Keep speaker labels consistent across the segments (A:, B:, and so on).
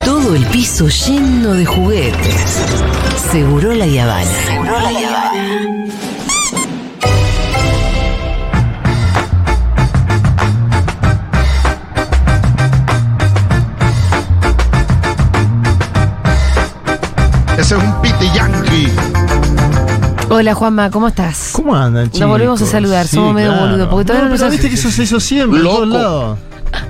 A: Todo el piso lleno de juguetes. Seguro la Yavana.
B: Ese es un piti yankee.
C: Hola Juanma, ¿cómo estás?
D: ¿Cómo andan, chicos?
C: Nos volvemos a saludar, somos medio boludos, porque todavía no nos
D: pero
C: hace-
D: viste que sos eso siempre, en
B: Loco.
D: todos lados.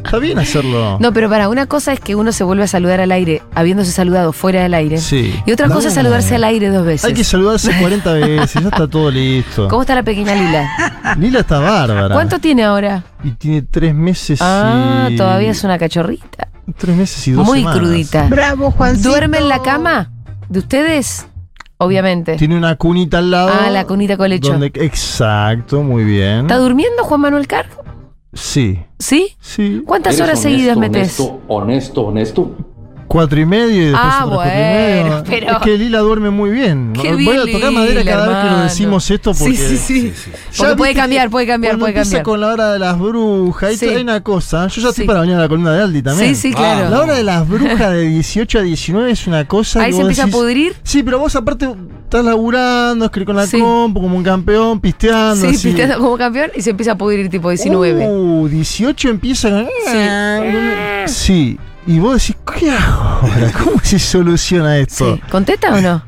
D: Está bien hacerlo.
C: No, pero para, una cosa es que uno se vuelve a saludar al aire, habiéndose saludado fuera del aire.
D: Sí.
C: Y otra cosa es saludarse al aire dos veces.
D: Hay que saludarse 40 veces, ya está todo listo.
C: ¿Cómo está la pequeña Lila?
D: Lila está bárbara.
C: ¿Cuánto tiene ahora?
D: Y tiene tres meses
C: Ah,
D: y...
C: todavía es una cachorrita.
D: Tres meses y dos
C: Muy
D: semanas.
C: crudita.
E: Bravo, Juancito.
C: ¿Duerme en la cama? ¿De ustedes? Obviamente.
D: Tiene una cunita al lado.
C: Ah, la cunita con lecho.
D: donde- Exacto, muy bien.
C: ¿Está durmiendo Juan Manuel Cargo?
D: Sí,
C: ¿Sí?
D: sí.
C: ¿Cuántas
F: Eres
C: horas
F: honesto,
C: seguidas metes?
F: Honesto, honesto, honesto.
D: Cuatro y medio y después
C: Ah,
D: otras cuatro
C: bueno,
D: y medio.
C: pero-
D: Es que Lila duerme muy bien.
C: Qué
D: Voy
C: bien,
D: a tocar madera
C: Lila,
D: cada vez que lo
C: hermano.
D: decimos esto
C: Sí,
D: porque.
C: sí, sí.
D: Ya
C: Porque puede
D: viste
C: cambiar,
D: que
C: puede cambiar,
D: cuando
C: puede
D: empieza
C: cambiar.
D: con la hora de las brujas, ahí
C: Sí.
D: hay una cosa. ¿eh? Yo ya estoy
C: Sí.
D: para bañar la columna de Aldi también.
C: Sí, sí, claro.
D: La hora de las brujas de 18 a 19 es una cosa.
C: Ahí
D: que
C: se
D: vos
C: empieza a
D: decís-
C: pudrir.
D: Sí, pero vos aparte estás laburando, escribís con la
C: Sí.
D: compu como un campeón, pisteando.
C: Sí,
D: así.
C: pisteando como campeón y se empieza a pudrir tipo 19.
D: Uh, 18 empieza con. Sí. Y vos decís, ¿qué hago ahora? ¿Cómo se soluciona esto?
C: sí. ¿Contesta o no?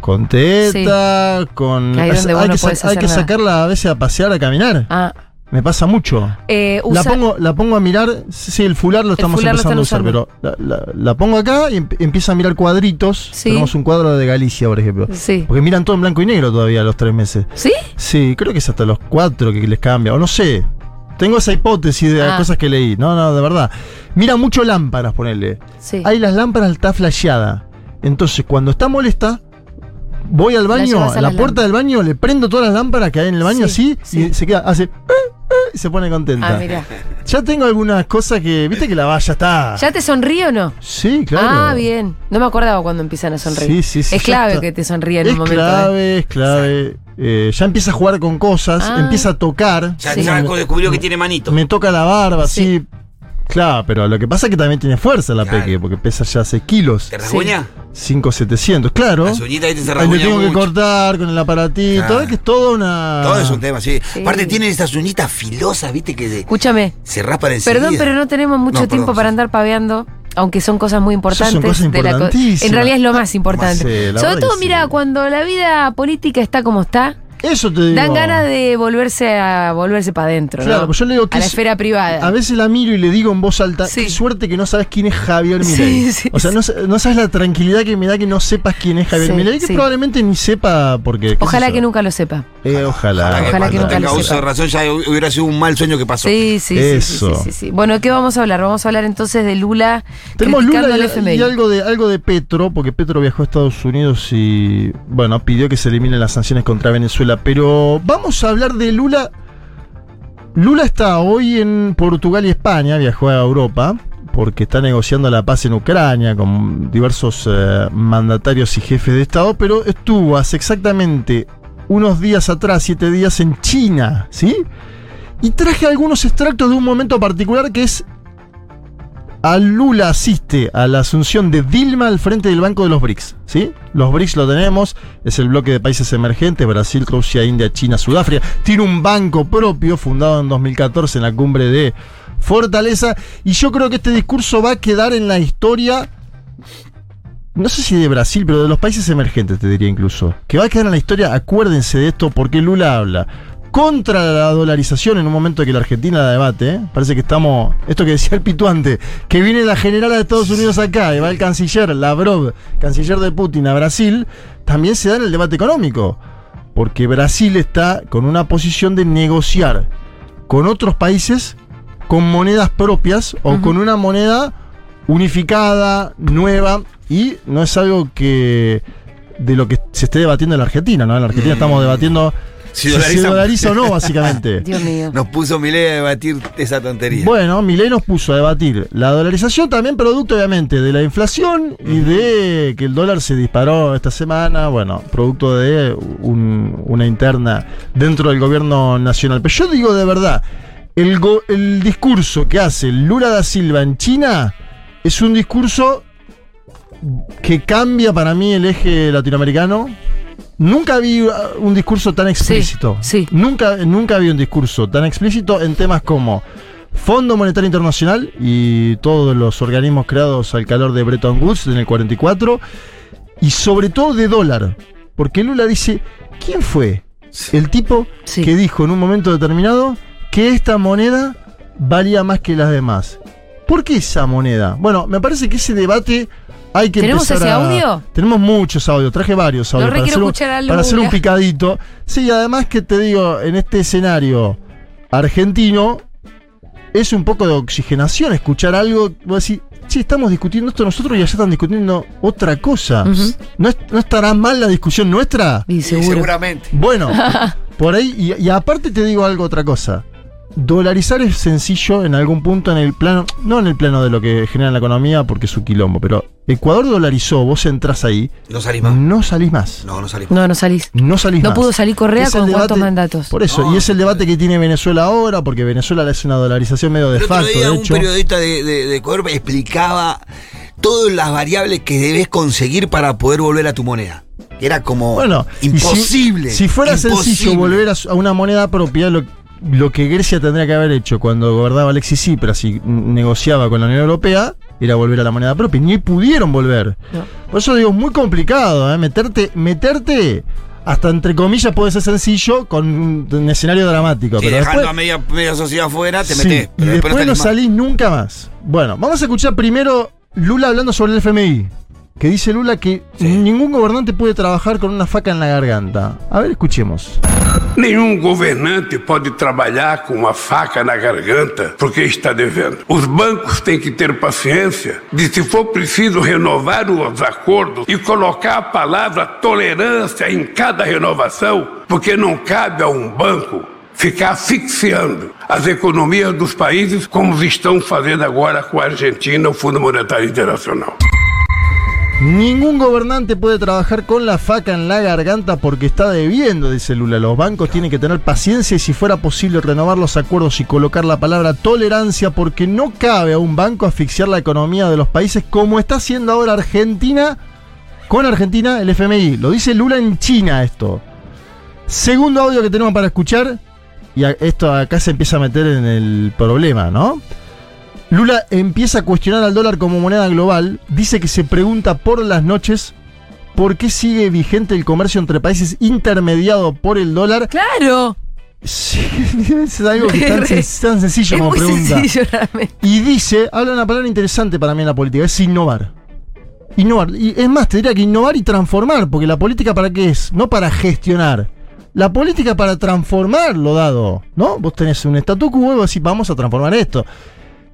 D: Con teta, con.
C: Que ahí donde vos
D: hay
C: no
D: que, sa-
C: podés
D: hay
C: hacer
D: que
C: nada.
D: sacarla a veces a pasear, a caminar.
C: Ah,
D: Me pasa mucho.
C: eh,
D: La
C: usa-
D: pongo, la pongo a mirar, sí, el fular lo estamos
C: fular lo
D: empezando
C: están
D: a usar, pero la, la- la pongo acá y emp- empieza a mirar cuadritos.
C: Sí.
D: Tenemos un cuadro de Galicia, por ejemplo.
C: Sí.
D: Porque miran todo en blanco y negro todavía a los tres meses.
C: ¿Sí?
D: Sí, creo que es hasta los cuatro que les cambia, o no sé. Tengo esa hipótesis de las
C: Ah.
D: cosas que leí. No, no, de verdad. Mira mucho lámparas, ponele.
C: Sí.
D: Ahí las lámparas está flasheada. Entonces, cuando está molesta, voy al baño,
C: llevas a
D: a la
C: la
D: puerta del baño, le prendo todas las lámparas que hay en el baño
C: Sí,
D: así, y se queda, hace. eh, eh, y se pone contenta.
C: Ah, mira.
D: Ya tengo algunas cosas que. Viste que la valla está.
C: ¿Ya te sonríe o no?
D: Sí, claro.
C: Ah, bien. No me acordaba cuando empiezan a sonreír.
D: Sí, sí, sí,
C: es
D: ya
C: clave
D: está.
C: que te sonríe en
D: es
C: un momento. ¿eh?
D: clave, es clave. Eh, ya empieza a jugar con cosas,
C: Ah.
D: empieza a tocar.
G: Ya
C: Sí.
G: Chaco descubrió que tiene manito.
D: Me toca la barba, sí. Claro, pero lo que pasa es que también tiene fuerza la
G: Claro.
D: peque, porque pesa ya 6 kilos,
G: ¿Te rasguña?
D: 5,700, claro.
G: Las uñitas ahí se
D: Ahí le
G: rasguñan
D: tengo que
G: mucho.
D: cortar con el aparatito,
G: Claro.
D: es que es toda una...
G: Todo es un tema, sí.
C: Sí.
G: Aparte tienen estas uñitas filosas, viste, que de-
C: Escúchame.
G: se raspan enseguida.
C: Perdón, pero no tenemos mucho
G: No, perdón,
C: tiempo para
G: sí.
C: andar paveando, aunque son cosas muy importantes.
D: Son cosas
C: de la co-
D: importantísimas.
C: en realidad es lo más importante.
D: Sí, la
C: Sobre
D: verdad
C: todo,
D: que sí.
C: mira, cuando la vida política está como está,
D: Eso te digo.
C: dan ganas de volverse a volverse para adentro.
D: Claro,
C: ¿no?
D: pues yo le digo
C: a
D: que
C: la
D: es-
C: esfera privada.
D: A veces la miro y le digo en voz alta,
C: Sí.
D: qué suerte que no sabes quién es Javier
C: Sí,
D: Milei.
C: sí,
D: o sea, no, sa- no sabes la tranquilidad que me da que no sepas quién es Javier
C: Sí,
D: Milei, que
C: sí.
D: probablemente ni sepa porque... qué sé
C: Ojalá
D: yo.
C: que nunca lo sepa.
D: Eh, ojalá.
G: Ojalá
C: Ojalá
G: que
C: que
G: cuando
C: nunca
G: tenga
C: lo
G: uso
C: sepa.
G: de razón ya hu- hubiera sido un mal sueño que pasó.
C: Sí, sí, sí, sí,
D: Eso.
C: sí, sí, sí. Bueno, ¿qué vamos a hablar? Vamos a hablar entonces de Lula
D: Tenemos
C: criticando
D: Lula
C: al
D: y,
C: FMI.
D: y algo de algo de Petro, porque Petro viajó a Estados Unidos y bueno, pidió que se eliminen las sanciones contra Venezuela, pero vamos a hablar de Lula. Lula está hoy en Portugal y España, viajó a Europa porque está negociando la paz en Ucrania con diversos eh, mandatarios y jefes de Estado, pero estuvo hace exactamente unos días atrás, siete días en China, ¿sí? Y traje algunos extractos de un momento particular que es a Lula asiste a la asunción de Dilma al frente del Banco de los BRICS. ¿sí? Los BRICS lo tenemos, es el bloque de países emergentes, Brasil, Rusia, India, China, Sudáfrica. Tiene un banco propio fundado en 2014 en la cumbre de Fortaleza. Y yo creo que este discurso va a quedar en la historia, no sé si de Brasil, pero de los países emergentes, te diría incluso. Que va a quedar en la historia, acuérdense de esto, porque Lula habla. Contra la dolarización en un momento que la Argentina la debate, ¿eh? parece que estamos. Esto que decía el pituante, que viene la general de Estados Unidos acá y va el canciller Lavrov, canciller de Putin a Brasil, también se da en el debate económico. Porque Brasil está con una posición de negociar con otros países con monedas propias o con una moneda unificada, nueva, y no es algo que de lo que se esté debatiendo en la Argentina, ¿no? En la Argentina estamos debatiendo
G: Si
D: si se
G: dolarizan-
D: dolariza o no, básicamente.
C: Dios mío.
G: Nos puso Milei a debatir esa tontería.
D: Bueno, Milei nos puso a debatir la dolarización, también producto obviamente de la inflación y de que el dólar se disparó esta semana, bueno, producto de un- una interna dentro del gobierno nacional. Pero yo digo de verdad, el, go- el discurso que hace Lula da Silva en China es un discurso que cambia para mí el eje latinoamericano. Nunca vi uh, un discurso tan explícito.
C: sí.
D: Nunca, nunca vi un discurso tan explícito en temas como Fondo Monetario Internacional y todos los organismos creados al calor de Bretton Woods en el 44 y sobre todo de dólar, porque Lula dice, ¿quién fue el tipo
C: Sí.
D: que dijo en un momento determinado que esta moneda valía más que las demás? ¿Por qué esa moneda? Bueno, me parece que ese debate hay que
C: ¿Tenemos
D: empezar
C: ese
D: a-
C: audio?
D: Tenemos muchos audios, traje varios
C: Lo
D: audios
C: re
D: para,
C: quiero
D: hacer un,
C: escuchar a
D: para hacer un
C: Lula.
D: picadito. Sí, además que te digo, en este escenario argentino es un poco de oxigenación escuchar algo, vos decís, sí, estamos discutiendo esto nosotros y allá están discutiendo otra cosa.
C: Ujú.
D: ¿No, es- no estará mal la discusión nuestra?
C: Y seguro.
G: Seguramente.
D: Bueno, por ahí, y, y aparte te digo algo, otra cosa. Dolarizar es sencillo en algún punto en el plano, no en el plano de lo que genera la economía porque es un quilombo, pero Ecuador dolarizó, vos entrás ahí,
G: No salís más.
D: no salís más.
G: No, no salís más.
C: No, no salís.
D: Mm. No salís
C: No
D: más.
C: pudo salir Correa
D: Es el
C: con cuántos
D: debate-
C: mandatos.
D: Por eso,
G: No,
D: y es el debate que tiene Venezuela ahora, porque Venezuela le hace una dolarización medio de
G: El otro
D: facto,
G: día
D: de
G: un
D: hecho.
G: periodista de, de- de Ecuador me explicaba todas las variables que debes conseguir para poder volver a tu moneda. Era como
D: Bueno, y si-
G: imposible.
D: Si, fuera
G: imposible.
D: sencillo volver a, su- a una moneda propia, lo, lo que Grecia tendría que haber hecho cuando gobernaba Alexis Tsipras y mm, negociaba con la Unión Europea era volver a la moneda propia. y Ni pudieron volver.
C: No.
D: Por eso digo, es muy complicado, ¿eh? Meterte, meterte. Hasta entre comillas puede ser sencillo con un, un escenario dramático.
G: Sí,
D: pero
G: dejando
D: después-
G: a media, media sociedad afuera, te
D: Sí,
G: metes.
D: Y después, no salís nunca más. Bueno, vamos a escuchar primero Lula hablando sobre el FMI. Que dice Lula que
G: Sí.
D: ningún gobernante puede trabajar con una faca en la garganta. A ver, escuchemos.
E: Nenhum governante pode trabalhar com uma faca na garganta porque está devendo. Os bancos têm que ter paciência de, se for preciso, renovar os acordos e colocar a palavra tolerância em cada renovação, porque não cabe a um banco ficar asfixiando as economias dos países como estão fazendo agora com a Argentina, o Fundo Monetário Internacional.
D: Ningún gobernante puede trabajar con la faca en la garganta porque está debiendo, dice Lula. Los bancos tienen que tener paciencia y si fuera posible renovar los acuerdos y colocar la palabra tolerancia porque no cabe a un banco asfixiar la economía de los países como está haciendo ahora Argentina con Argentina el FMI. Lo dice Lula en China esto. Segundo audio que tenemos para escuchar y a- esto acá se empieza a meter en el problema, ¿no? Lula empieza a cuestionar al dólar como moneda global, dice que se pregunta por las noches por qué sigue vigente el comercio entre países intermediado por el dólar.
C: ¡Claro!
D: Sí, es algo que es tan, sen- tan sencillo
C: Es
D: como
C: muy
D: pregunta.
C: sencillo, realmente.
D: Y dice, habla una palabra interesante para mí en la política, es innovar. Innovar. Y es más, te diría que innovar y transformar, porque la política para qué es, no para gestionar. La política para transformar lo dado, ¿no? Vos tenés un statu quo y vos decís, vamos a transformar esto.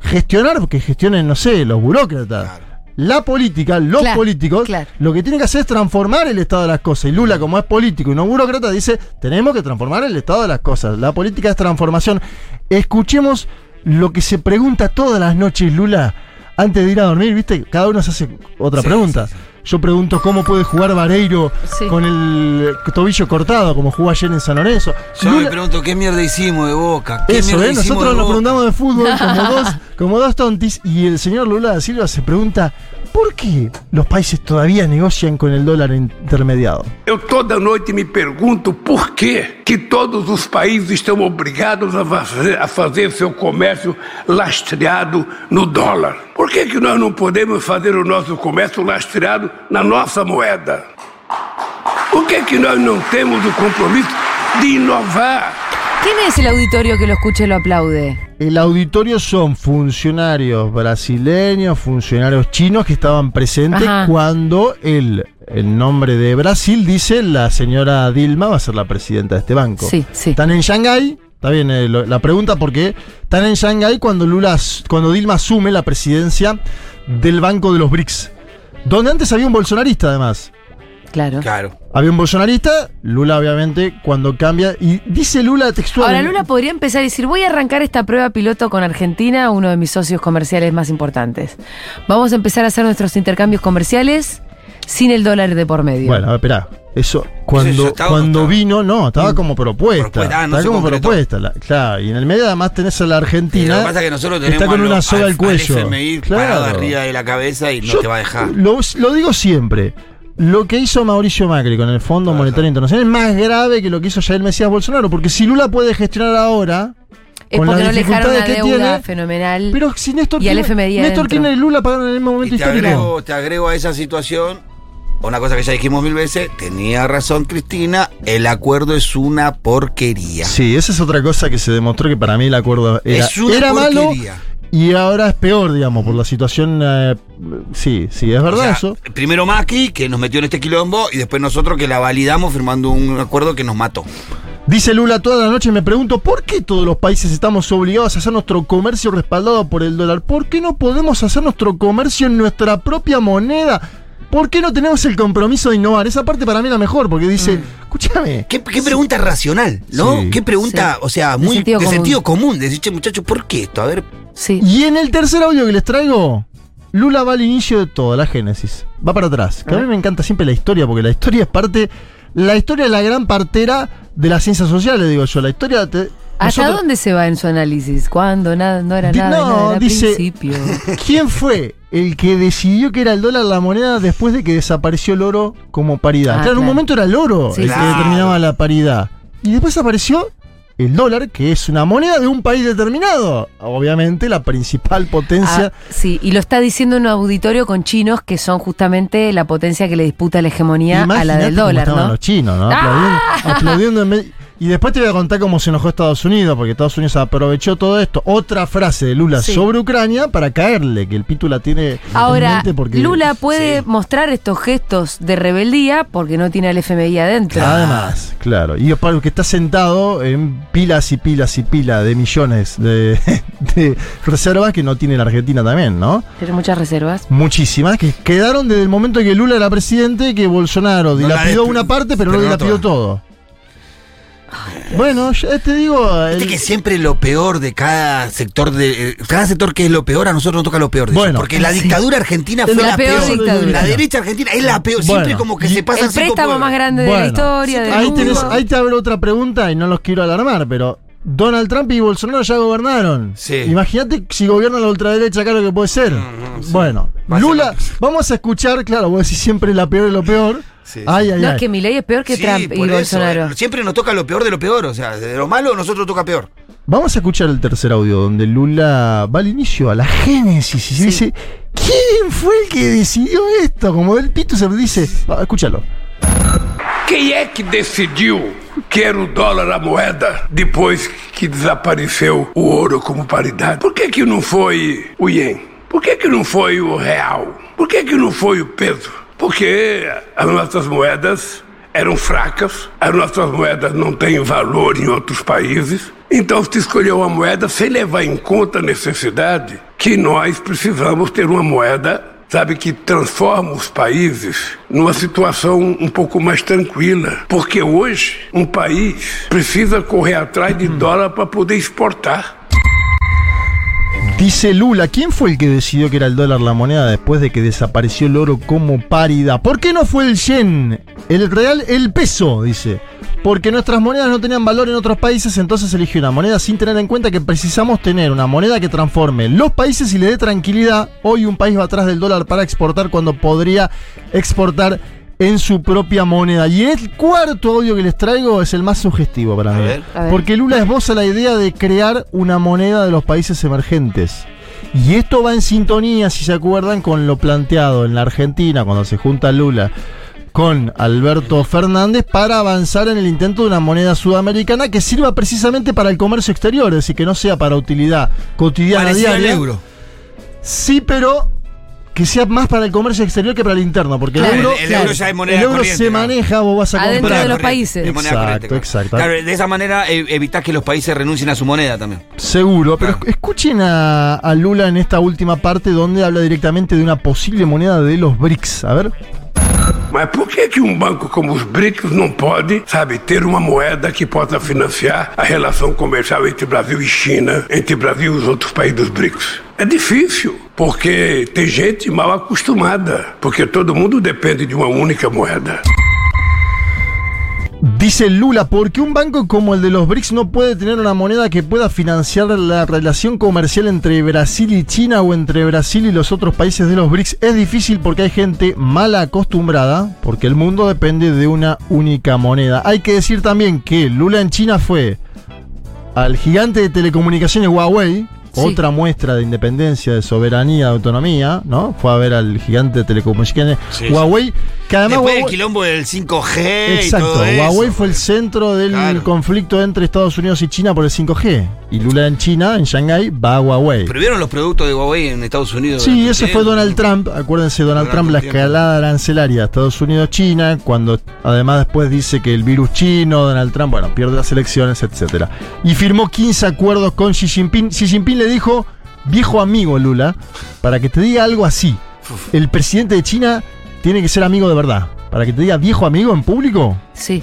D: Gestionar, porque gestionen, no sé, los burócratas. La política, los
C: Claro,
D: políticos,
C: claro.
D: lo que tienen que hacer es transformar el estado de las cosas. Y Lula, como es político y no burócrata, dice, tenemos que transformar el estado de las cosas. La política es transformación. Escuchemos lo que se pregunta todas las noches, Lula, antes de ir a dormir, ¿viste? Cada uno se hace otra
G: Sí,
D: pregunta. Yo pregunto cómo puede jugar Vareiro
C: Sí.
D: con el tobillo cortado, como jugó ayer en San Lorenzo.
G: Yo
D: Lula-
G: me pregunto, ¿qué mierda hicimos de boca? ¿Qué
D: eso,
G: mierda
D: ¿eh?
G: hicimos
D: Nosotros
G: de
D: nos
G: Boca?
D: preguntamos de fútbol como dos, como dos tontis y el señor Lula da Silva se pregunta ¿por qué los países todavía negocian con el dólar intermediado?
E: Eu toda noite me pergunto por que que todos os países estão obrigados a fazer, a fazer seu comércio lastreado no dólar. Por que, que nós não podemos fazer o nosso comércio lastreado na nossa moeda? Por que, que nós não temos o compromisso de inovar?
C: ¿Quién es el auditorio que lo escucha y lo aplaude?
D: El auditorio son funcionarios brasileños, funcionarios chinos que estaban presentes
C: Ajá.
D: cuando el, el nombre de Brasil dice la señora Dilma va a ser la presidenta de este banco.
C: Sí, sí.
D: Están en Shanghái. Está bien eh, lo- la pregunta porque están en Shanghái cuando Lula, as- cuando Dilma asume la presidencia del Banco de los BRICS. Donde antes había un bolsonarista además.
C: Claro.
G: Claro.
D: Había un bolsonarista, Lula obviamente cuando cambia y dice Lula textual.
C: Ahora Lula podría empezar a decir, voy a arrancar esta prueba piloto con Argentina, uno de mis socios comerciales más importantes. Vamos a empezar a hacer nuestros intercambios comerciales sin el dólar de por medio.
D: Bueno, espera. Eso, cuando,
G: ya estaba,
D: cuando
G: no estaba.
D: vino, no, estaba como propuesta.
G: Propuesta, ah, no
D: estaba
G: se
D: como
G: concretó.
D: propuesta. la- claro, y en el medio además tenés a la
G: Eh,
D: Argentina.
G: Lo que pasa es que nosotros tenemos
D: está con
G: a lo-
D: una soga
G: al-
D: al, cuello.
G: Al FMI parado arriba de la cabeza y no
D: Yo
G: te va a dejar.
D: Lo, lo digo siempre. Lo que hizo Mauricio Macri con el Fondo
G: Ajá.
D: Monetario Internacional es más grave que lo que hizo Jair Mesías Bolsonaro, porque si Lula puede gestionar ahora,
C: es
D: con
C: porque no le
D: las
C: dejaron
D: dificultades
C: una
D: que
C: deuda
D: tiene,
C: fenomenal.
D: pero si Néstor,
C: Y al
D: Kirchner-
C: FMI
D: Néstor
C: adentro.
D: Kirchner y Lula pagaron en el mismo momento
G: Y te
D: histórico.
G: agrego, te agrego a esa situación una cosa que ya dijimos mil veces. Tenía razón Cristina, el acuerdo es una porquería.
D: Sí, esa es otra cosa que se demostró que para mí el acuerdo era,
G: es una
D: era malo
G: porquería.
D: y ahora es peor, digamos, por la situación. eh, sí, sí, es verdad
G: O sea,
D: eso.
G: Primero Macri, que nos metió en este quilombo, y después nosotros que la validamos firmando un acuerdo que nos mató.
D: Dice Lula toda la noche, me pregunto, ¿por qué todos los países estamos obligados a hacer nuestro comercio respaldado por el dólar? ¿Por qué no podemos hacer nuestro comercio en nuestra propia moneda? ¿Por qué no tenemos el compromiso de innovar? Esa parte para mí es la mejor, porque dice,
G: Mm.
D: escúchame,
G: Qué, qué pregunta racional, ¿no?
D: Sí.
G: Qué pregunta,
C: Sí.
G: o sea,
C: De
G: muy de
C: sentido
G: sentido,
C: común.
G: común. Decir, che, muchachos, ¿por qué esto? A ver,
C: sí.
D: Y en el tercer audio que les traigo, Lula va al inicio de todo, la génesis. Va para atrás. Que a mí me encanta siempre la historia, porque la historia es parte. La historia es la gran partera de las ciencias sociales, digo yo. La historia. Te,
C: ¿Hasta
D: nosotros-
C: dónde se va en su análisis? Cuando nada, no era
D: Di-
C: nada,
D: no,
C: nada, era
D: dice-
C: principio.
D: ¿Quién fue el que decidió que era el dólar la moneda después de que desapareció el oro como paridad?
C: Ah,
D: claro, en un
C: claro.
D: momento era el oro
C: Sí,
D: el
G: sí.
D: que determinaba la paridad. Y después apareció el dólar, que es una moneda de un país determinado. Obviamente, la principal potencia.
C: Ah, sí, y lo está diciendo en un auditorio con chinos que son justamente la potencia que le disputa la hegemonía a la
D: Imaginate
C: del
D: cómo
C: dólar,
D: estaban
C: ¿no?
D: los chinos, ¿no?
C: ¡Ah!
D: Aplaudiendo, aplaudiendo en medio- Y después te voy a contar cómo se enojó Estados Unidos, porque Estados Unidos aprovechó todo esto. Otra frase de Lula
C: Sí.
D: sobre Ucrania para caerle, que el Pitu la tiene en
C: Ahora,
D: mente porque...
C: Lula puede
G: Sí.
C: mostrar estos gestos de rebeldía porque no tiene al FMI adentro.
D: Ah,
C: Ah.
D: Además, claro. Y es para el que está sentado en pilas y pilas y pilas de millones de, de reservas que no tiene la Argentina también, ¿no?
C: Tiene muchas reservas.
D: Muchísimas, que quedaron desde el momento que Lula era presidente, que Bolsonaro
G: No la
D: dilapidó
G: despre-
D: una parte, pero no
G: pero no
D: dilapidó todo. Bueno, ya te digo.
G: viste
D: el-
G: que siempre lo peor de cada sector, de eh, cada sector que es lo peor, a nosotros nos toca lo peor. de
D: Bueno.
G: ellos, porque la dictadura argentina fue
C: La
G: la,
C: peor
G: peor.
C: dictadura.
G: La derecha argentina es la peor. Siempre
D: Bueno.
G: como que
D: Y-
G: se pasan
C: El
G: cinco
C: préstamo
G: pueblos.
C: más grande de la
D: Bueno,
C: historia del
D: ahí,
C: mundo.
D: tenés, ahí te abre otra pregunta y no los quiero alarmar, pero Donald Trump y Bolsonaro ya gobernaron.
G: Sí.
D: Imagínate si gobierna la ultraderecha, acá lo que puede ser.
G: Mm,
D: Bueno,
G: Va a ser
D: Lula,
G: lo que-
D: vamos a escuchar, claro, vos decís siempre la peor es lo peor.
G: Sí, sí.
D: Ay, ay,
C: no,
D: ay.
C: es que mi ley es peor que
G: Sí,
C: Trump y
G: por eso,
C: Bolsonaro.
G: eh, Siempre nos toca lo peor de lo peor. O sea, de lo malo nosotros toca peor.
D: Vamos a escuchar el tercer audio donde Lula va al inicio, a la génesis, y se dice, ¿quién fue el que decidió esto? Como el Pitu se dice, Va, escúchalo.
E: Quem é que decidiu que era o dólar a moeda depois que desapareceu o ouro como paridade? Por que, que não foi o ien? Por que, que não foi o real? Por que, que não foi o peso? Porque as nossas moedas eram fracas, as nossas moedas não têm valor em outros países, então se escolheu a moeda sem levar em conta a necessidade que nós precisamos ter uma moeda sabe, que transforma os países numa situação um pouco mais tranquila. Porque hoje um país precisa correr atrás de dólar para poder exportar.
D: Dice Lula, ¿quién fue el que decidió que era el dólar la moneda después de que desapareció el oro como paridad? ¿Por qué no fue el yen, el real, el peso? Dice. Porque nuestras monedas no tenían valor en otros países, entonces eligió una moneda sin tener en cuenta que precisamos tener una moneda que transforme los países y le dé tranquilidad. Hoy un país va atrás del dólar para exportar cuando podría exportar en su propia moneda. Y el cuarto audio que les traigo es el más sugestivo para mí.
G: ver.
C: A ver.
D: Porque Lula esboza la idea de crear una moneda de los países emergentes. Y esto va en sintonía, si se acuerdan, con lo planteado en la Argentina cuando se junta Lula con Alberto Fernández para avanzar en el intento de una moneda sudamericana que sirva precisamente para el comercio exterior, es decir, que no sea para utilidad cotidiana
G: Parecido al
D: diaria.
G: euro.
D: Sí, pero que sea más para el comercio exterior que para el interno, porque
G: Claro,
D: el euro,
G: el- el euro ya es moneda
D: el euro
G: corriente,
D: se
G: ¿no?
D: maneja, vos vas a
C: Adentro
D: comprar.
C: de los
G: Correcto,
C: países.
G: de moneda
D: Exacto,
G: corriente, claro.
D: exacto.
G: Claro, de esa manera eh, evitás que los países renuncien a su moneda también.
D: Seguro, pero
G: Claro.
D: esc- escuchen a, a Lula en esta última parte donde habla directamente de una posible moneda de los BRICS. A ver.
E: Mas por que, que um banco como os BRICS não pode, sabe, ter uma moeda que possa financiar a relação comercial entre Brasil e China, entre Brasil e os outros países dos BRICS? É difícil, porque tem gente mal acostumada, porque todo mundo depende de uma única moeda.
D: Dice Lula, ¿por qué un banco como el de los BRICS no puede tener una moneda que pueda financiar la relación comercial entre Brasil y China o entre Brasil y los otros países de los BRICS? Es difícil porque hay gente mala acostumbrada, porque el mundo depende de una única moneda. Hay que decir también que Lula en China fue al gigante de telecomunicaciones Huawei,
C: Sí.
D: otra muestra de independencia, de soberanía, de autonomía, ¿no? Fue a ver al gigante de telecomunicaciones
G: Sí, sí.
D: Huawei, que además
G: Después del
D: Huawei-
G: quilombo del 5G y
D: Exacto,
G: todo eso.
D: Huawei fue el centro del
G: Claro.
D: conflicto entre Estados Unidos y China por el 5G. Y Lula en China, en Shanghái, va a Huawei.
G: ¿Prohibieron los productos de Huawei en Estados Unidos?
D: Sí,
G: durante
D: ese
G: un
D: fue
G: tiempo?
D: Donald Trump. Acuérdense, Donald
G: Durante
D: Trump,
G: un
D: la
G: tiempo.
D: escalada arancelaria Estados Unidos-China, cuando además después dice que el virus chino, Donald Trump, bueno, pierde las elecciones, etcétera. Y firmó 15 acuerdos con Xi Jinping. Xi Jinping le dijo, viejo amigo Lula, para que te diga algo así. El presidente de China tiene que ser amigo de verdad. Para que te diga viejo amigo en público,
C: Sí.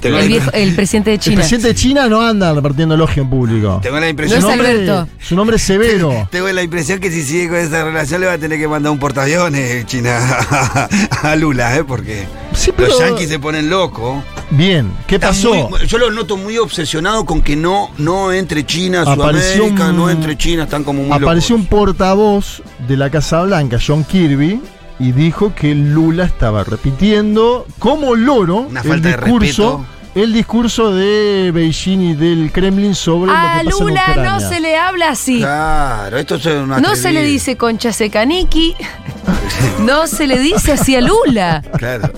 G: Te
C: El, viejo- el presidente de
D: El
C: China.
D: presidente de China no anda repartiendo elogio en público.
G: Tengo la
C: No
G: impresión.
C: es
D: Su nombre-
C: Alberto.
D: Su nombre es severo.
G: Tengo la impresión que si sigue con esa relación le va a tener que mandar un portaaviones China a Lula, ¿eh? Porque
D: Sí,
G: los
D: pero-
G: yanquis se ponen locos.
D: Bien, ¿qué
G: Está
D: pasó?
G: muy- yo los noto muy obsesionados con que no, no entre China,
D: Apareció
G: Sudamérica,
D: un-
G: no entre China, están como muy
D: Apareció un
G: locos.
D: portavoz de la Casa Blanca, John Kirby, y dijo que Lula estaba repitiendo como loro
G: Una
D: el
G: falta de
D: discurso.
G: respeto.
D: el discurso de Beijing y del Kremlin sobre
C: A
D: lo que pasa en
C: Ah, Lula
D: Ucrania.
C: no se le habla así.
G: Claro, esto es una
C: No se le dice concha secaniki. No se le dice así a Lula.
G: Claro.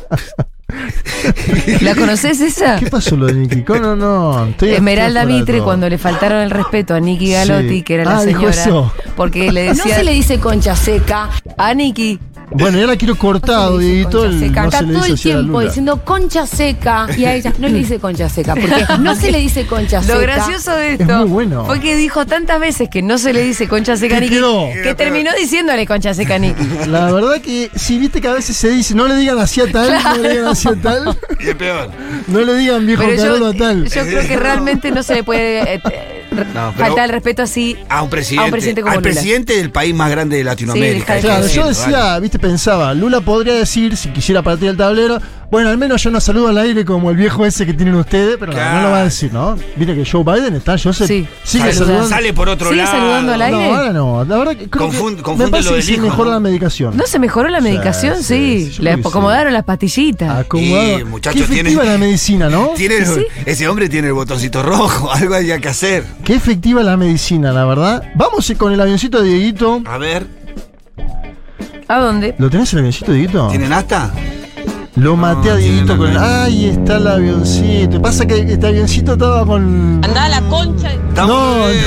C: ¿La conoces esa?
D: ¿Qué pasó lo de Nicky? No, no, no. estoy-
C: Esmeralda
D: estoy afuera de
C: Mitre
D: todo.
C: cuando le faltaron el respeto a Nicky Galotti,
D: Sí.
C: que era la
D: Ah, dijo
C: señora.
D: eso.
C: Porque le
F: No
C: decía
F: se le dice concha seca.
C: a Nicky.
D: Bueno, ya la quiero cortado,
F: No se le dice
D: Dieguito.
F: concha
D: el-
F: seca.
D: No
F: Está
D: se le
F: todo
D: dice
F: el
D: así a
F: tiempo
D: Lula.
F: diciendo concha seca. Y a ella no le dice concha seca. Porque no se le dice concha seca.
C: Lo gracioso de
D: Es
C: esto
D: muy bueno.
C: fue que dijo tantas veces que no se le dice concha seca
D: ¿Qué
C: Nicky
D: quedó?
C: que terminó diciéndole concha seca Nicky.
D: La verdad que si viste que a veces se dice, no le digan así a tal, no le digan así a tal,
G: Y es peor.
D: no le digan viejo
C: Pero
D: Carolo
C: yo,
D: a tal.
C: yo creo que realmente no se le puede eh, eh,
G: No, pero-
C: faltar el respeto así
G: A un presidente.
C: A un presidente como
G: al
C: Lula.
G: presidente del país más grande de
C: deja de
G: Latinoamérica. hay que
D: Claro, yo
G: decirlo, dale.
D: decía, viste, pensaba, Lula podría decir, si quisiera partir el tablero, bueno, al menos yo no saludo al aire como el viejo ese que tienen ustedes, pero no, no lo va a decir, ¿no? Viste que Joe Biden está, yo sé,
C: Sí.
D: sigue
G: Sale-
D: saludando.
G: Sale por otro
C: Sigue
G: lado.
C: saludando al aire.
D: No, ahora no, la verdad que creo
G: Confund-
D: que
G: confunde
D: me parece
G: lo
D: que
G: del
D: se
G: hijo,
D: mejora
G: ¿no?
D: la medicación.
C: no se mejoró la
D: Sí,
C: medicación
D: sí,
C: sí,
D: sí, yo
C: le
D: creo que sí.
C: acomodaron las pastillitas
D: Ah, Acomodado.
G: Y,
D: Qué
G: muchachos,
D: efectiva
G: tiene-
D: la medicina, ¿no?
G: Tiene el- Ese hombre tiene el botoncito rojo, algo había que hacer.
D: Qué efectiva la medicina, la verdad. Vamos con el avioncito de Dieguito.
G: A ver, Ah.
C: ¿a dónde?
D: ¿Lo tenés el avioncito, Dieguito?
G: ¿tienen hasta?
D: Lo maté a
G: No,
D: Dieguito
G: Ah, tiene
D: con el.
G: la mano.
D: Ahí está el avioncito. Pasa que este avioncito estaba con.
F: Anda la concha.
D: No,
G: eh,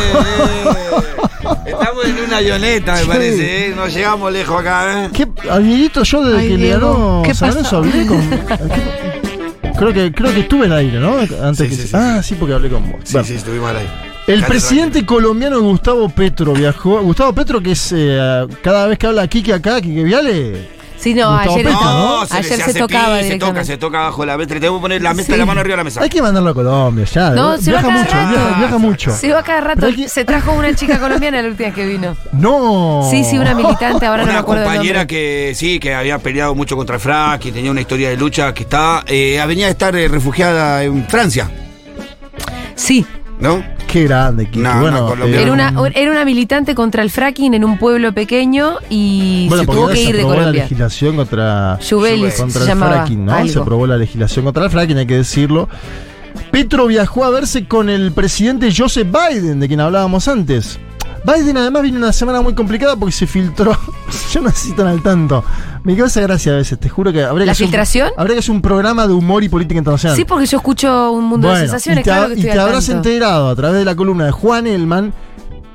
D: no.
G: eh, Estamos en una avioneta, me
D: Sí.
G: parece, ¿eh? No llegamos lejos acá, ¿eh?
D: ¿Qué? A Dieguito yo desde
C: Ay,
D: que le
C: Diego,
D: ganó
C: ¿qué
D: San
C: pasa?
D: Lorenzo hablé con. Creo que, creo que estuve en aire, ¿no? Antes
G: Sí,
D: que-
G: sí, sí.
D: Ah, sí, porque hablé con vos.
G: Sí,
D: Bueno.
G: sí, estuvimos ahí.
D: El
G: Dale,
D: presidente colombiano Gustavo Petro viajó. Gustavo Petro, que es eh, cada vez que habla Kike acá, Kike Viale.
C: Sí, no,
D: Gustavo
C: ayer,
D: Petro,
G: No,
C: ayer se, tocaba
G: hace pis, se toca, se
C: directamente.
G: toca abajo de la mesa. Le tengo que poner la mesa,
C: Sí.
G: la mano arriba de la mesa.
D: Hay que mandarlo a Colombia, ya.
C: No, se va
D: viaja
C: cada
D: mucho,
C: rato.
D: viaja, viaja mucho.
C: Se va cada rato.
D: Pero aquí-
C: Se trajo una chica colombiana la última vez que vino.
D: No.
C: Sí, sí, una militante, ahora no me
G: Oh. una
C: acuerdo el
G: compañera
C: nombre.
G: que sí, que había peleado mucho contra el frac y tenía una historia de lucha que está, eh, venía de estar eh, refugiada en Francia,
C: Sí,
G: ¿no?
D: Qué grande, Kike.
G: No, no,
D: bueno, eh,
G: colombiano.
C: era una, era una militante contra el fracking en un pueblo pequeño y
D: Bueno,
C: se
D: porque
C: tuvo
D: ahora
C: que
D: se
C: ir de
D: aprobó la
C: Colombia.
D: legislación contra,
C: Jubelis
D: contra
C: se
D: el
C: llamaba
D: fracking, ¿no? Se
C: algo.
D: aprobó la legislación contra el fracking, hay que decirlo. Petro viajó a verse con el presidente Joseph Biden, de quien hablábamos antes. Biden además vino una semana muy complicada porque se filtró. Yo no estoy tan al tanto. Me causa gracia a veces, te juro que habría que
C: ¿La
D: hacer un-
C: filtración?
D: habría que hacer un programa de humor y política internacional.
C: Sí, porque yo escucho un mundo de
D: Bueno,
C: sensaciones,
D: y te,
C: claro
D: ha-
C: que
D: y
C: estoy
D: te
C: al
D: habrás
C: tanto.
D: enterado a través de la columna de Juan Elman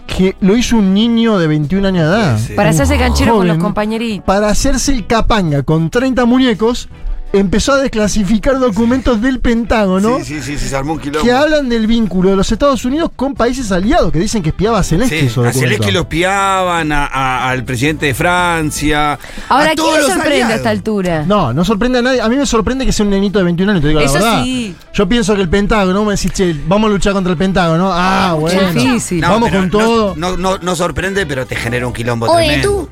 D: que lo hizo un niño de 21 años de edad.
G: Sí, sí.
C: Para hacerse
D: Un
C: canchero con los
D: joven
C: compañeritos.
D: para hacerse el capanga con 30 muñecos empezó a desclasificar documentos del Pentágono
G: Sí, sí, sí, sí, se armó un quilombo.
D: que hablan del vínculo de los Estados Unidos con países aliados, que dicen que espiaba a Zelensky.
G: Sí, Ah,
D: esos
G: a Zelensky
D: documentos.
G: lo espiaban, a- a- al presidente de Francia.
C: Ahora,
G: a
C: ¿quién
G: todos
C: le
G: los
C: sorprende a esta
G: aliados.
C: altura?
D: No, no sorprende a nadie. A mí me sorprende que sea un nenito de 21 años, te digo
C: Eso
D: la verdad.
C: sí.
D: Yo pienso que el Pentágono, me decís, che, vamos a luchar contra el Pentágono. Ah, bueno.
C: difícil.
G: No,
D: vamos
G: pero
D: con
G: no-
D: todo.
G: No, no, no sorprende, pero te genera un quilombo
H: Oye,
G: tremendo.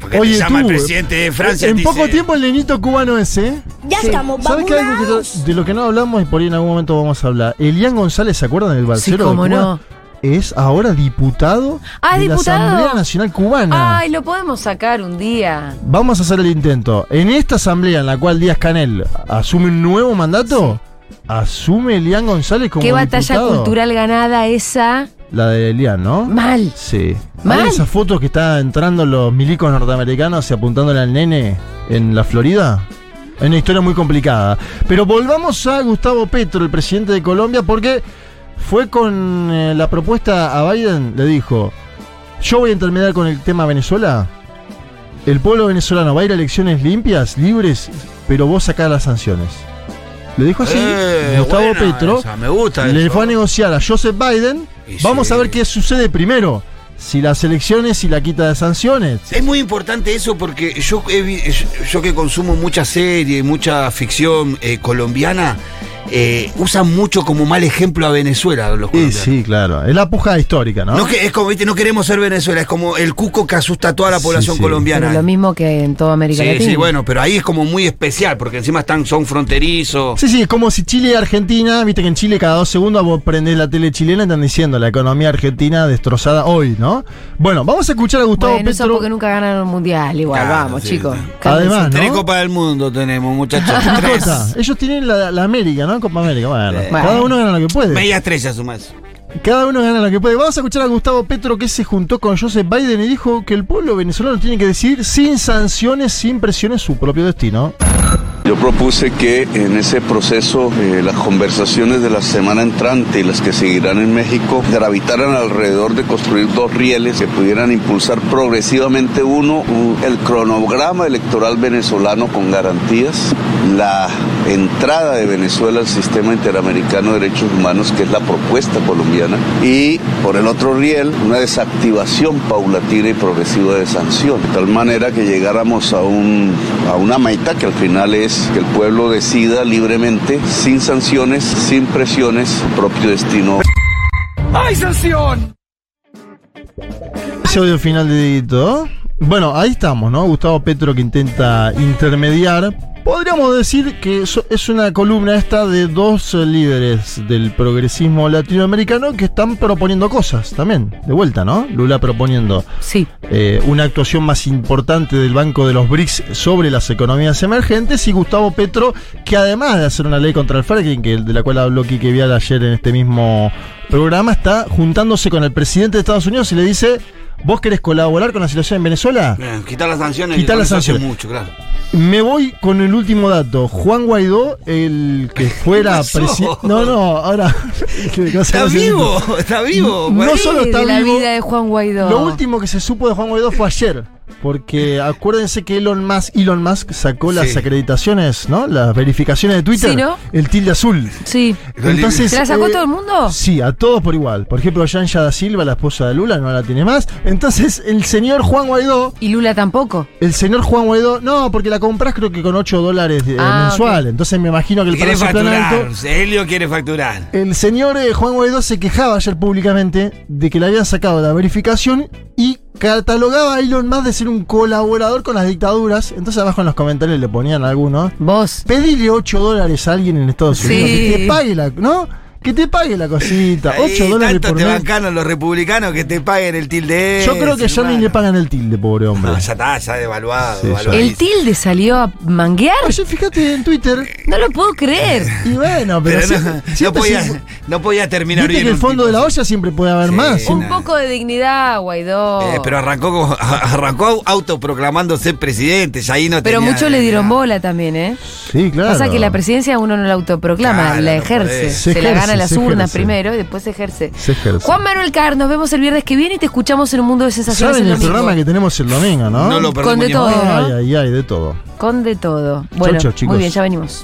G: Porque
D: Oye,
G: te llama
D: tú, eh,
G: el presidente de Francia.
D: En
G: te
D: poco
G: dice,
D: tiempo el nenito cubano ese.
H: Ya estamos,
D: ¿Sabes
H: vamos.
D: qué? Algo que no- de lo que no hablamos y por ahí en algún momento vamos a hablar? Elian González, ¿se acuerdan del
C: Sí,
D: balcero? de
C: cómo
D: Cuba?
C: no.
D: Es ahora diputado
C: Ah,
D: de
C: diputado.
D: la Asamblea Nacional Cubana.
C: Ay, lo podemos sacar un día.
D: Vamos a hacer el intento. En esta asamblea en la cual Díaz Canel asume un nuevo mandato, asume Elian González como
C: Qué batalla
D: diputado.
C: cultural ganada esa.
D: La de Elian, ¿no?
C: Mal.
D: Sí.
C: Mal.
D: ¿Hay esas fotos que están entrando los milicos norteamericanos y apuntándole al nene en la Florida? Es una historia muy complicada. Pero volvamos a Gustavo Petro, el presidente de Colombia, porque fue con eh, la propuesta a Biden, le dijo, yo voy a intermediar con el tema Venezuela. El pueblo venezolano va a ir a elecciones limpias, libres, pero vos sacás las sanciones. Le dijo así
G: Eh,
D: Gustavo
G: buena
D: Petro.
G: esa, me gusta
D: Le
G: eso.
D: fue a negociar a Joseph Biden.
G: Y
D: Vamos
G: sí.
D: a ver qué sucede primero. Si las elecciones y la quita de sanciones.
G: Es muy importante eso porque yo, he vi- yo que consumo mucha serie, mucha ficción eh, colombiana, eh, usan mucho como mal ejemplo a Venezuela los
D: Sí,
G: colombianos.
D: sí, claro. Es la puja histórica, ¿no?
G: No que, es como, viste, no queremos ser Venezuela, es como el cuco que asusta a toda la
D: Sí,
G: población
D: sí.
G: colombiana.
C: Pero lo mismo que en toda América
G: Sí,
C: Latina.
G: sí, bueno, pero ahí es como muy especial, porque encima están, son fronterizos.
D: Sí, sí, es como si Chile y Argentina, viste que en Chile cada dos segundos vos prendés la tele chilena y están diciendo la economía argentina destrozada hoy, ¿no? Bueno, vamos a escuchar a Gustavo
C: Bueno, eso
D: Petro.
C: porque nunca ganaron un mundial, igual,
G: Claro,
C: vamos,
G: sí,
C: chicos.
G: sí.
C: Cálmense.
D: Además,
G: Tres
D: ¿no?
G: copas del mundo tenemos, muchachos.
D: ¿Qué
G: Tres.
D: cosa? Ellos tienen la, la América, ¿no? Copa América. Bueno,
G: Eh.
D: cada uno gana lo que puede.
G: Media estrella sumás.
D: Cada uno gana lo que puede. Vamos a escuchar a Gustavo Petro que se juntó con Joseph Biden y dijo que el pueblo venezolano tiene que decidir sin sanciones, sin presiones, su propio destino.
I: Yo propuse que en ese proceso eh, las conversaciones de la semana entrante y las que seguirán en México gravitaran alrededor de construir dos rieles que pudieran impulsar progresivamente uno u- el cronograma electoral venezolano con garantías, la entrada de Venezuela al sistema interamericano de derechos humanos que es la propuesta colombiana y por el otro riel una desactivación paulatina y progresiva de sanciones, de tal manera que llegáramos a un a una meta que al final es que el pueblo decida libremente, sin sanciones, sin presiones, su propio destino.
D: Ese audio final de Dieguito. Bueno, ahí estamos, ¿no? Gustavo Petro que intenta intermediar. Podríamos decir que eso- es una columna esta de dos eh, líderes del progresismo latinoamericano que están proponiendo cosas también. De vuelta, ¿no? Lula proponiendo
C: Sí.
D: eh, una actuación más importante del Banco de los BRICS sobre las economías emergentes y Gustavo Petro, que además de hacer una ley contra el fracking, que, de la cual habló Quique Vial ayer en este mismo programa, está juntándose con el presidente de Estados Unidos y le dice, ¿vos querés colaborar con la situación en Venezuela?
G: Eh, Quitar las sanciones.
D: Quitar
G: con
D: las
G: eso hace
D: sanciones.
G: mucho, claro.
D: Me voy con el último dato. Juan Guaidó, el que fuera
G: pasó?
D: presidente... No, no, ahora... que- que no se
G: Está
D: hace-
G: vivo, está vivo.
D: No
G: Guaidó.
D: solo
C: Sí,
D: está
C: Eh, de la
D: vivo,
C: vida de Juan Guaidó.
D: Lo último que se supo de Juan Guaidó fue ayer. Porque acuérdense que Elon Musk, Elon Musk sacó las
G: Sí.
D: acreditaciones, ¿no? Las verificaciones de Twitter.
C: Sí, ¿no?
D: El tilde azul.
C: Sí.
D: Entonces, eh,
C: ¿Se la sacó todo el mundo?
D: Sí, a todos por igual. Por ejemplo, Yanja da Silva, la esposa de Lula, no la tiene más. Entonces, el señor Juan Guaidó,
C: Y Lula tampoco.
D: el señor Juan Guaidó, no, porque la compras creo que con 8 dólares eh,
C: Ah,
D: mensual. Entonces me imagino que el
G: Quiere
D: precio tan
G: facturar.
D: alto-
G: Helio quiere facturar.
D: el señor eh, Juan Guaidó se quejaba ayer públicamente de que le habían sacado la verificación y catalogaba a Elon Musk de ser un colaborador con las dictaduras. Entonces abajo en los comentarios le ponían algunos.
C: Vos.
D: Pedile 8 dólares a alguien en Estados
C: Sí.
D: Unidos. Que te pague la. ¿No? Que te pague la cosita. 8
G: Ahí
D: dólares
G: tanto
D: por
G: te
D: mes.
G: bancaron los republicanos que te paguen el tilde.
D: Yo creo que
G: ese,
D: ya ni
G: hermano.
D: le pagan el tilde, pobre hombre.
G: No, ya está, ya devaluado.
D: Sí, ya.
G: devaluadísimo.
C: ¿El tilde salió a manguear?
D: Ayer Ah, fíjate en Twitter.
C: No lo puedo creer.
D: Y bueno, pero.
G: Pero
D: siempre-
G: no, no,
D: siempre
G: podía,
D: se-
G: no podía terminar
D: Viste
G: bien.
D: que el
G: un
D: fondo
G: tipo
D: de la
G: así.
D: olla siempre puede haber
G: Sí.
D: más.
C: Un poco de dignidad, Guaidó.
G: Eh, pero arrancó, como- arrancó autoproclamándose presidente. Ya ahí no
C: Pero
G: tenía-
C: muchos le dieron bola también, ¿eh?
D: Sí, claro.
C: Pasa que la presidencia uno no la autoproclama,
G: Claro,
C: la
G: no
C: ejerce.
G: podés.
C: Se,
D: Se
C: la
D: ejerce.
C: gana a las
D: se
C: urnas
D: ejerce.
C: primero y después se ejerce.
D: Se ejerce.
C: Juan Manuel Carr, nos vemos el viernes que viene y te escuchamos en un mundo de sensaciones.
D: Saben el
C: domingo.
D: programa que tenemos el domingo, ¿no?
G: No lo
C: Con
G: perdemos
C: de
G: ni
C: todo,
G: más.
C: ¿no?
D: Ay, ay, ay, de todo.
C: Con de todo. Bueno,
D: chau, chicos.
C: muy bien, ya venimos.